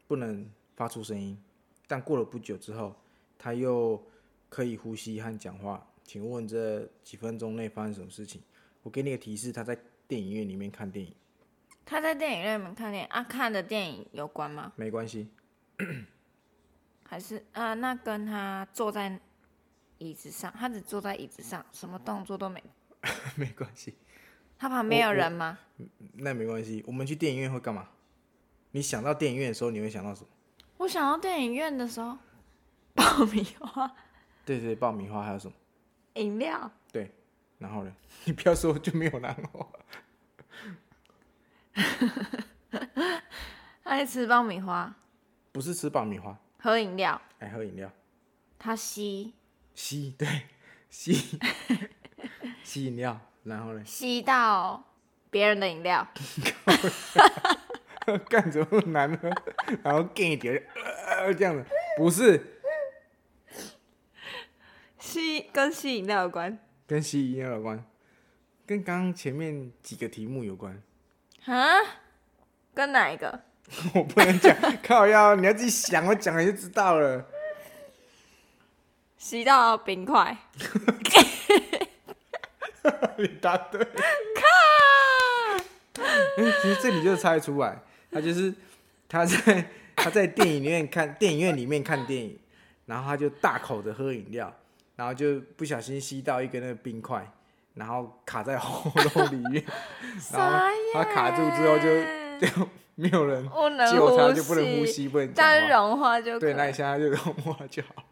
不能发出声音，但过了不久之后，他又可以呼吸和讲话。请问这几分钟内发生什么事情？我给你个提示，他在电影院里面看电影，
他在电影院里面看电影啊，看的电影有关吗？
没关系， *laughs*
还是啊、那跟他坐在椅子上，他只坐在椅子上，什么动作都没。
没关系。
他旁边
我
有
我
人吗？
那没关系，我们去电影院会干嘛？你想到电影院的时候，你会想到什么？
我想到电影院的时候， *laughs* 爆米花、
对对，爆米花还有什么？
饮料，
对，然后呢？ *laughs* 你不要说就没有然后。
他在吃爆米花，
不是吃爆米花，
喝饮料，
还喝饮料，
他吸
吸对吸 *laughs* 吸饮料，然后呢？ *laughs*
吸到别人的饮料，
干什么难喝？然后 gay 掉呃这样子，不是
吸跟吸饮料有关
跟吸饮料有关，跟刚刚前面几个题目有关。 *laughs*
啊？跟哪一个？
我不能讲，靠腰，你要自己想，我讲了就知道了。
吸到冰块，
你答对。哎其实这里就猜出来，他就是他在他在电影院看电影院里面看电影，然后他就大口的喝饮料，然后就不小心吸到一根那个冰块，然后卡在喉咙里
*laughs*
面，然后他卡住之后就 *laughs* 就没有人
不能
救他，
呼
就不能呼
吸，
吸，不能讲
但是
话。
融化就可
对，
以。
那一下他就 *laughs* 融化就好。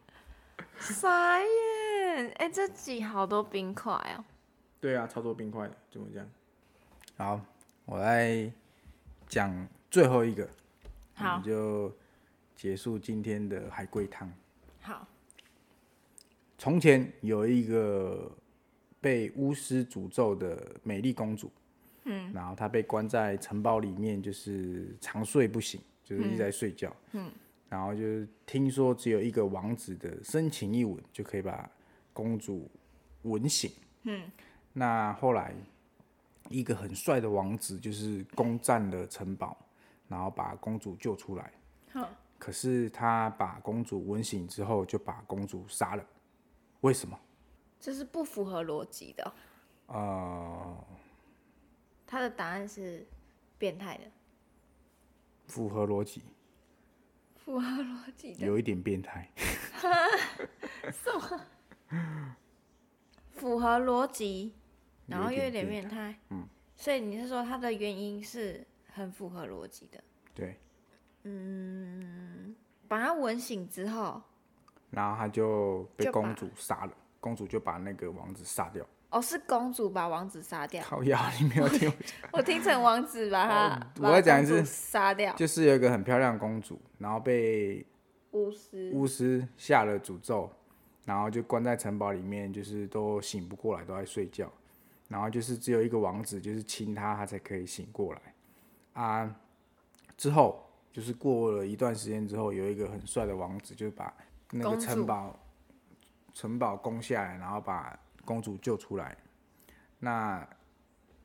傻眼！哎、这集好多冰块哦。
对啊，超多冰块的，怎么讲？好，我来讲最后一个，我
好
们就结束今天的海龟汤。
好，
从前有一个被巫师诅咒的美丽公主，嗯，然后她被关在城堡里面，就是长睡不醒，就是一直在睡觉，嗯，然后就是听说只有一个王子的深情一吻就可以把公主吻醒，嗯，那后来一个很帅的王子就是攻占了城堡，然后把公主救出来，可是他把公主吻醒之后就把公主杀了，为什么？
这是不符合逻辑的哦、
呃，
他的答案是变态的，
符合逻辑，
符合逻辑的，
有一点变态。
符合逻辑，然后又
有
有
一点
点变态。嗯，所以你是说他的原因是很符合逻辑的？
对，
把他吻醒之后，
然后他就被
就把
公主杀了，公主就把那个王子杀掉。
哦，是公主把王子
*laughs*
杀掉，
靠腰，你没有听
*laughs*
我讲？
我听成王子把他
哦，我要讲一
把公主
次
杀掉
就是有一个很漂亮的公主，然后被
巫师，
巫师下了诅咒，然后就关在城堡里面，就是都醒不过来，都在睡觉。然后就是只有一个王子，就是亲他，他才可以醒过来啊。之后就是过了一段时间之后，有一个很帅的王子，就把那个
公主
城堡城堡攻下来，然后把公主救出来。那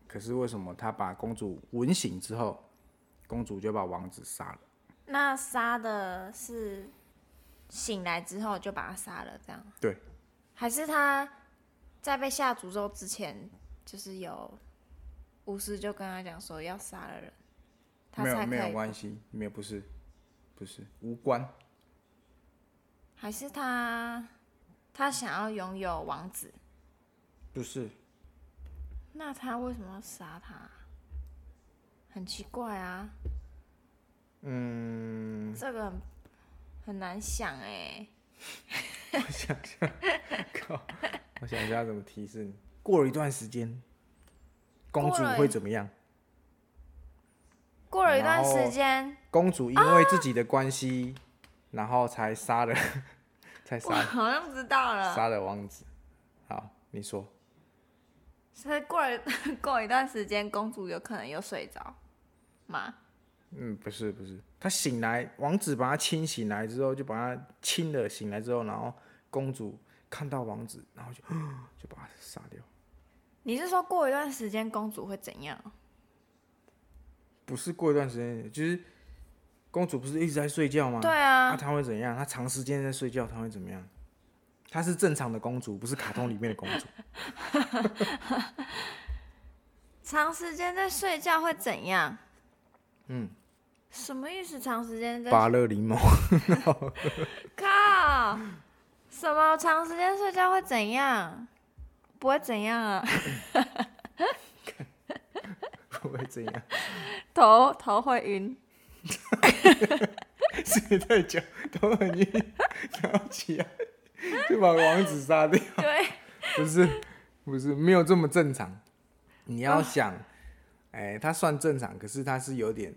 可是为什么他把公主吻醒之后，公主就把王子杀了？
那杀的是醒来之后就把他杀了，这样。
对，
还是他在被下诅咒之前，就是有巫师就跟他讲说要杀了人，他
没
才
有
可
没有
以。
关系，没有不是，不是无关，
还是他他想要拥有王子，
不是
那他为什么要杀他？很奇怪啊。
嗯，
这个很很难想哎、
我想一下怎么提示你。过了一段时间，公主
过了
会怎么样？
过了一段
然后
时间，
公主因为自己的关系，然后才杀了， *laughs* 才
我
杀
好像知道了。
杀了王子。好，你说
所以过了过了一段时间，公主有可能又睡着吗？
嗯，不是不是，他醒来，王子把他亲醒来之后，就把他亲了醒来之后，然后公主看到王子，然后就就把他杀掉。
你是说过一段时间公主会怎样？
不是过一段时间，就是公主不是一直在睡觉吗？
对
那
啊，
她会怎样？她长时间在睡觉，她会怎么样？她是正常的公主，不是卡通里面的公
*laughs*
主。
长时间在睡觉会怎样？
嗯，
什么意思？长时间在
芭乐柠檬，
靠？什么长时间睡觉会怎样？不会怎样啊， *laughs*
不会怎样？ *laughs*
头头会晕。
睡太久都很晕，然后起来就把王子杀掉。
*laughs* 对，
不是，不是，没有这么正常。你要想，
哦
哎、他算正常，可是他是有点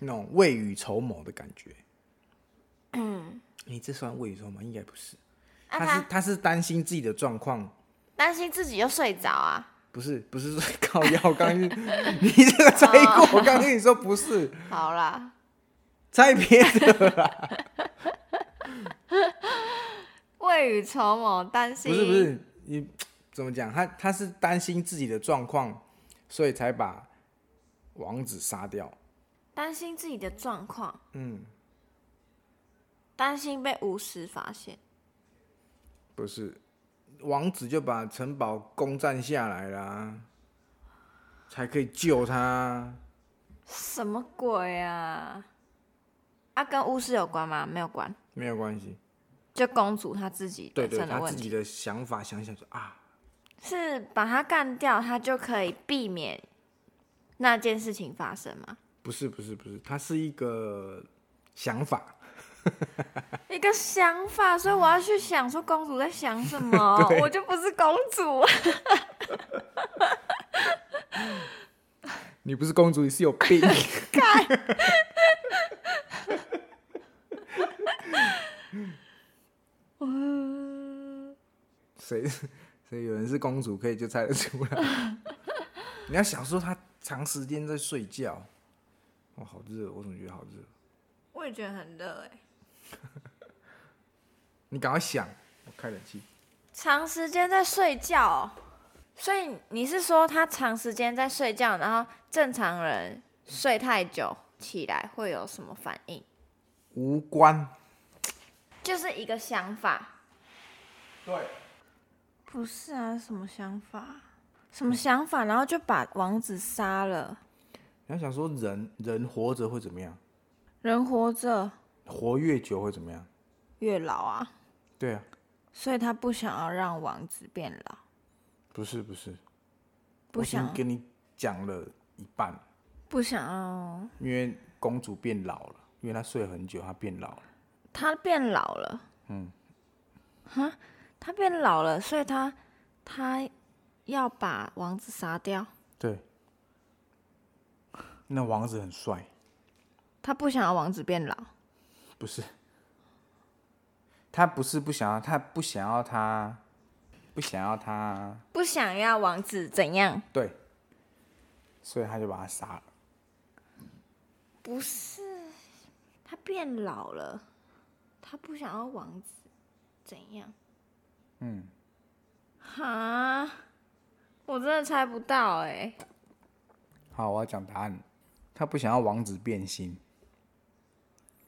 那种未雨绸缪的感觉。嗯，你这算未雨绸缪？应该不是。
啊
他是
他
他是担心自己的状况，
担心自己又睡着啊。
不是不是说 *laughs* 靠腰，我刚刚
*laughs*
你这个猜
哦
过，我刚跟你说不是，
好啦，
猜别
*laughs*
的，
未雨绸缪，担心
不是不是，你怎么讲？他他是担心自己的状况，所以才把王子杀掉。
担心自己的状况，
嗯，
担心被无视发现。
不是，王子就把城堡攻占下来啦，才可以救他。
什么鬼啊？啊，跟巫师有关吗？没有关，
没有关系，
就公主她自己
对
本
对，
身的
他
问
自
题，
己的想法想一想说啊，
是把她干掉，她就可以避免那件事情发生吗？
不是不是不是，他是一个想法，，
*laughs* 一个想法，所以我要去想说公主在想什么 *laughs*
对
我就不是公主啊，
你不是公主，你是有 *laughs* 病。谁谁有人是公主可以就猜得出来？ *laughs* 你要想说他长时间在睡觉，哇，好热，我怎么觉得好热？
*laughs* 我也觉得很热哎、
你赶快想，我开冷气。
长时间在睡觉哦、所以你是说他长时间在睡觉，然后正常人睡太久起来会有什么反应？
无关。
就是一个想法，
对，
不是啊？什么想法？什么想法？然后就把王子杀了。
你要想说人人活着会怎么样？
人活着
活越久会怎么样？
越老啊，
对啊，
所以他不想要让王子变老，
不是不是，
不
我已经
想
跟你讲了一半，
不想要
因为公主变老了，因为她睡很久，她变老了。
他变老了。
嗯，
哈，他变老了，所以他他要把王子杀掉。
对，那王子很帅，
他不想要王子变老，
不是？他不是不想要，他不想要他，不想要他，
不想要王子怎样？
对，所以他就把他杀了。
不是，他变老了，他不想要王子怎样？
嗯，
哈，我真的猜不到哎、
好，我要讲答案。他不想要王子变心，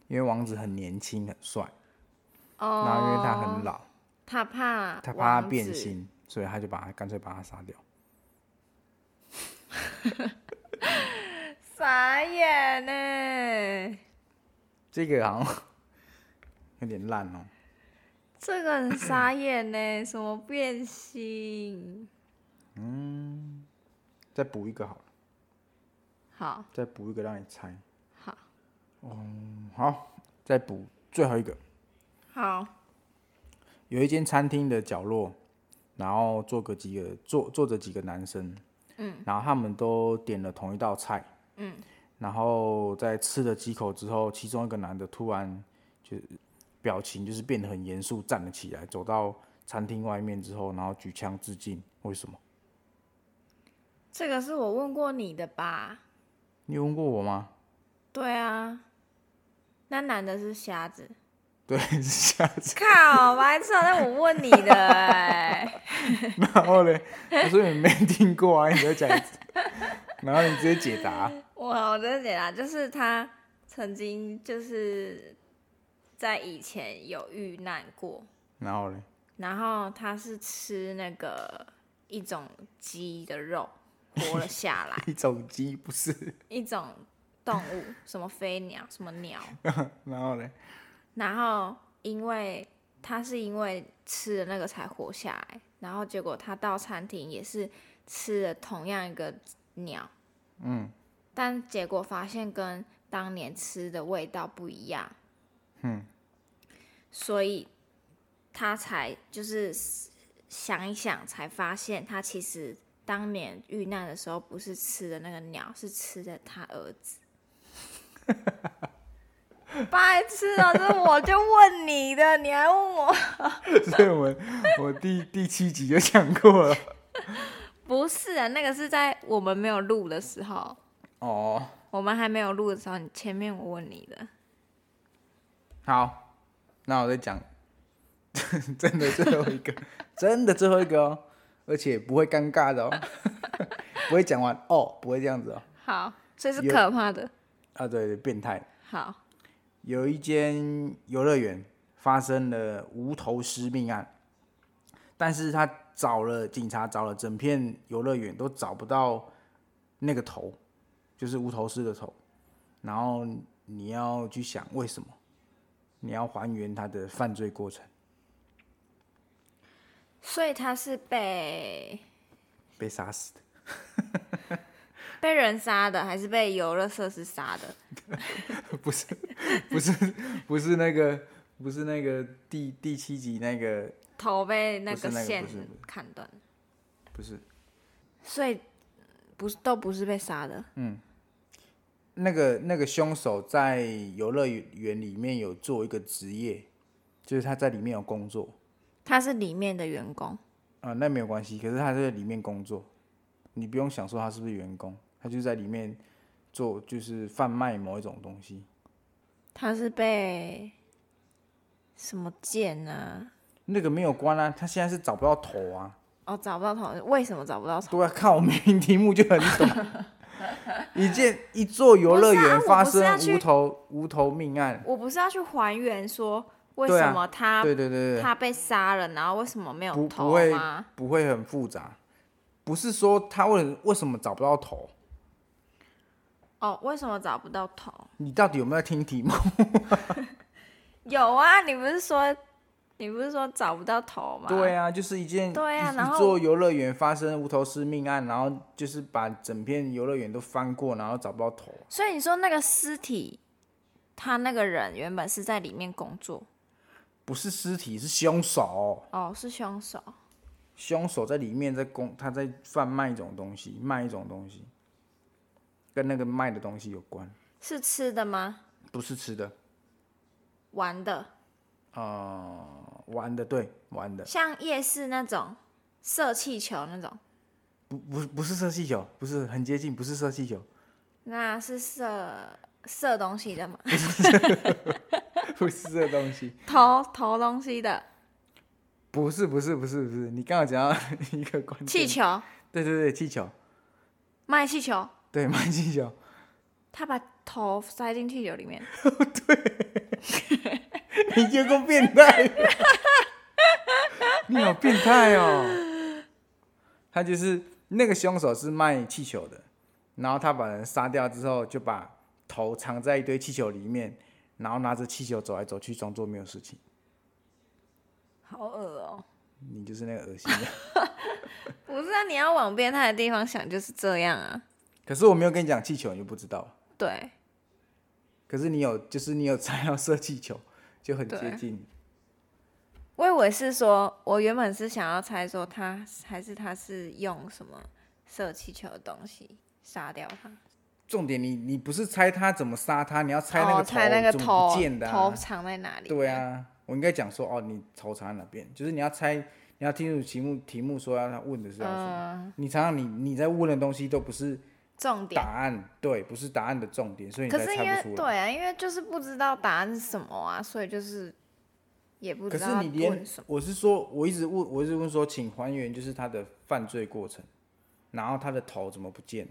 因为王子很年轻很帅，
哦，
那、因为他很老，
他怕
他怕他
哦王
变
子，
心，所以他就把他干脆把他杀掉。
傻眼欸呢、
这个好像 *laughs* 有点烂哦。
*laughs* 这个很傻眼呢、什么变心？
再补一个好了，
好
再补一个让你猜。嗯
好，
好，再补最后一个，
好，
有一间餐厅的角落，然后坐个几个坐坐着几个男生，嗯，然后他们都点了同一道菜，嗯，然后在吃了几口之后，其中一个男的突然就是表情就是变得很严肃，站了起来，走到餐厅外面之后，然后举枪自尽，为什么？
这个是我问过你的吧？
你有问过我吗？
对啊，那男的是瞎 *laughs* 子。
对，是下次。
靠，白痴啊！那我问你的哎、
然后嘞，我说你没听过啊，你再讲一次。然后你直接解答，
我我真的解答，就是他曾经就是在以前有遇难过，
然后嘞，，
然后他是吃那个一种鸡的肉活了下来
一种鸡不是，
一种动物，什么飞鸟，什么鸟，
然后嘞，
然后因为他是因为吃了那个才活下来，然后结果他到餐厅也是吃了同样一个鸟，
嗯，
但结果发现跟当年吃的味道不一样，
嗯，
所以他才就是想一想，才发现他其实当年遇难的时候不是吃的那个鸟，是吃的他儿子。白痴啊！这我就问你的，你还问我？
所以我们我第第七集就讲过了。
不是啊，那个是在我们没有录的时候，
哦，
我们还没有录的时候，你前面我问你的。
好，那我再讲， *laughs* 真的最后一个，真的最后一个哦，而且不会尴尬的哦， *laughs* 不会讲完哦，不会这样子哦。
好，这是
有
可怕的。
啊，对对，变态。
好，
有一间游乐园发生了无头尸命案，但是他找了警察，找了整片游乐园都找不到那个头，就是无头尸的头。然后你要去想为什么，你要还原他的犯罪过程，
所以他是被
被杀死的，
被人杀的，还是被游乐设施杀的？
不是，不是，不是那个，不是那个第第七集那个，
头被那
不是那个
线
不是不
砍断，
不是
所以不是都不是被杀的。
那个那个凶手在游乐园里面有做一个职业，就是他在里面有工作，
他是里面的员工，
啊、那没有关系。可是他在里面工作，你不用想说他是不是员工，他就在里面做，就是贩卖某一种东西，
他是被什么啊剑呢、
那个没有关啊。他现在是找不到头啊，
哦，找不到头，为什么找不到头？
对啊，看我明明题目就很懂。
*laughs*
一件一座游乐
不是啊
园发
我不是要
生
去
无头无头命案，
我不是要去还原说为
对啊
什么他、
对对对对，
他被杀了，然后为什么没有
不
头
不会
吗？
不会很复杂，不是说他为为什么找不到头。
哦，为什么找不到头？
你到底有没有在听题目？啊
有啊，你不是说你不是说找不到头吗？
*laughs* 对 *laughs* 啊，就是一件
对啊
一
然后
一座游乐园发生无头尸命案，然后就是把整片游乐园都翻过，然后找不到头。
所以你说那个尸体，他那个人原本是在里面工作，
不是尸体，是凶手。
哦，是凶手，
凶手在里面在工，他在贩卖一种东西，卖一种东西，跟那个卖的东西有关，
是吃的吗？
不是吃的，
玩的，
呃，玩的，对，玩的，
像夜市那种射气球那种，
不不不是射气球，不是很接近，不是射气球， *laughs*
那是射射东西
*laughs*
的吗？
不是这东西， *laughs*
投投东西的
不是不是不是不是，你刚刚讲到一个关键，
气，球，
对对对，气球，
卖气球，
对，卖气球。
他把头塞进气球里面，
你有够变态的， *laughs* 你好变态哦！他就是那个凶手是卖气球的，然后他把人杀掉之后，就把头藏在一堆气球里面，然后拿着气球走来走去，装作没有事情。
好恶哦、
你就是那个恶心 *laughs* 的。
不是啊，你要往变态的地方想就是这样啊，
可是我没有跟你讲气球，你就不知道了。
对。
可是你有，就是你有猜到射气球，就很接
对
近。
我以为是说，我原本是想要猜说他还是他是用什么射气球的东西杀掉他，
重点你你不是猜他怎么杀他，你要猜那
哦，
个
猜那个
怎么
头
不见的、
头
啊。
藏在哪里？
对，啊，我应该讲说哦，你头藏在哪边？就是你要猜，你要听楚题目，题目说要他问的是要什么。你常常你你在问的东西都不是
重嗯点。
答案，对，不是答案的重点，所以你
可
才
是因为
猜不出来。
对啊，因为就是不知道答案是什么啊，所以就是也不
可
知
是
道
你连
问什么。
我是说，我一直问，我一直问说，请还原就是他的犯罪过程，然后他的头怎么不见？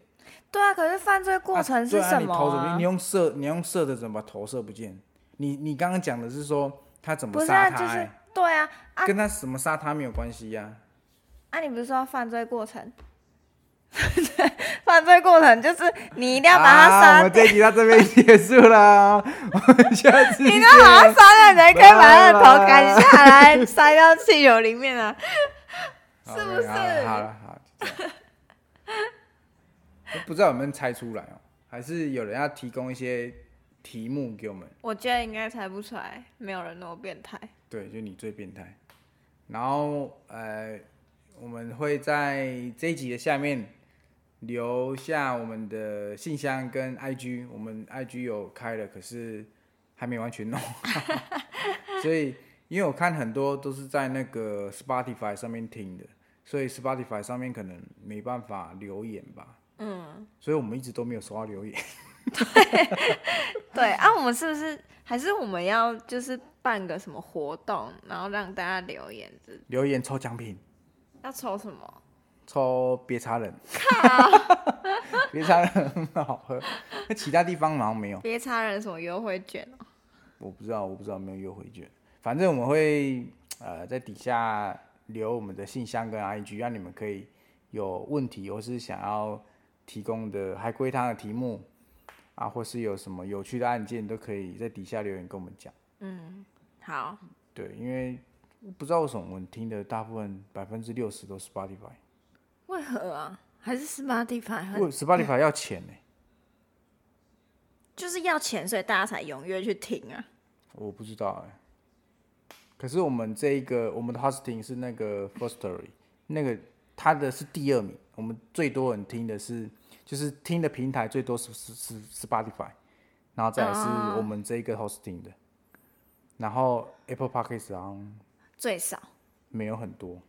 对啊，可是犯罪过程是
啊对啊
什
你
么
头怎
啊、
么？你用射，你用射的怎么把头射不见？你你刚刚讲的是说他怎
不
么
是
杀
啊，
他、
就是
欸
对啊啊
跟他怎么杀他没有关系呀、
啊！你不是说犯罪过程？ *laughs* 犯罪过程就是你一定要把他
啊、我
杀
们这一集到这边结束
*laughs*
了，我们下次
你
见
应该把它杀掉，你才可以把他的头砍下来， *laughs* 塞到气球里面啊！
好
是不是
好了好了好了，就这样不知道有没有人猜出来哦，还是有人要提供一些题目给我们？
我觉得应该猜不出来，没有人那么变态。
对，就你最变态。然后呃，我们会在这一集的下面留下我们的信箱跟 IG，我们 IG 有开了，可是还没完全弄好，所以因为我看很多都是在那个 Spotify 上面听的，所以 Spotify 上面可能没办法留言吧。嗯，所以我们一直都没有收到留言。
*laughs*
*laughs*
对啊，我们是不是还是我们要就是办个什么活动，然后让大家留言之？
留言抽奖品，
要抽什么？
抽别茶冷， *laughs* 别茶冷很好喝，那其他地方好像没有，
别差人什么优惠券哦？
我不知道，我不知道有没有优惠券，反正我们会呃在底下留我们的信箱跟 IG，让你们可以有问题或是想要提供的海龟汤的题目啊，或是有什么有趣的案件，都可以在底下留言跟我们讲。
好，
对，因为不知道为什么我们听的大部分百分之六十都是 Spotify，
为何啊？还是 Spotify
因为
很
Spotify 要钱呢、
就是要钱，所以大家才踊跃去听啊。
我不知道哎、可是我们这一个，我们的 hosting 是那个 First Story，那个它的是第二名，我们最多人听的是，就是听的平台最多是是是是 Spotify，然后再来是我们这一个 hosting 的，然后 Apple Podcast 好像
最少
没有很多，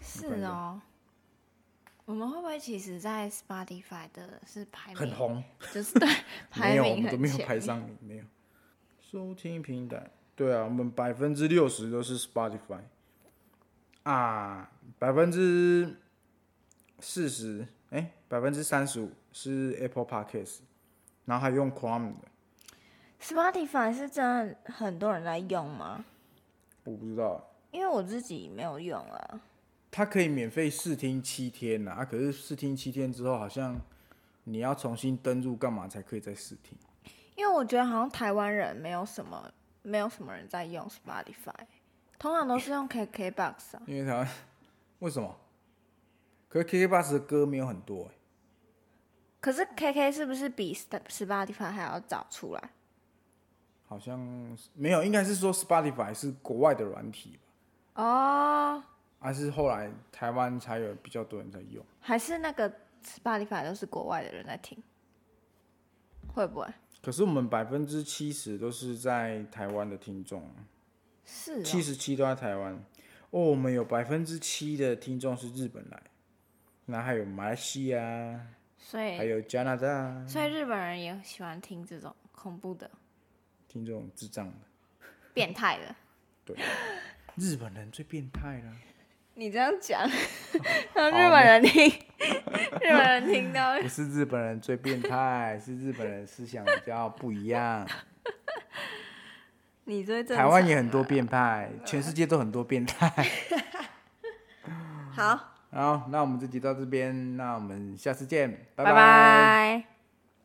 是哦。我们会不会其实，在 Spotify 的是排名
很红，
就是对
*laughs* 没
排
有，我
名
们都
很
没有
前
排
面
上名，没有。收听平台，对啊，我们百分之六十都是 Spotify 啊，百分之四十，哎，百分之三十五是 Apple Podcast，然后还用 Chrome 的，
Spotify 是真的很多人在用吗？
我不知道，
因为我自己没有用啊。
它可以免费试听七天呐、啊，可是试听七天之后，好像你要重新登入干嘛才可以再试听？
因为我觉得好像台湾人没有什么，没有什么人在用 Spotify，通常都是用 KKBox 啊。
因为台湾为什么？可是 KK Bus 的歌没有很多、欸
可是 KK 是不是比 Sta- Spotify 还要早出来？
好像是没有，应该是说 Spotify 是国外的软体吧，
哦，
还是后来台湾才有比较多人在用？
还是那个 Spotify 都是国外的人在听，会不会？
可是我们百分之七十都是在台湾的听众，
是、哦，
七十七都在台湾。哦，我们有百分之七的听众是日本来，那还有马来西亚，
所
还
以
有加拿大，
所以日本人也喜欢听这种恐怖 *laughs* 的、
听众智障的。
变态的。
日本人最变态啦！
*laughs* 你这样 *laughs* 讲，让日本 *laughs* 人听，日本人听 *laughs* 到
不是日本人最变态，是日本人思想比较不一样。
你最正常
台湾也很多变态，全世界都很多变态。
好，
好，那我们这集到这边，那我们下次见，拜
拜拜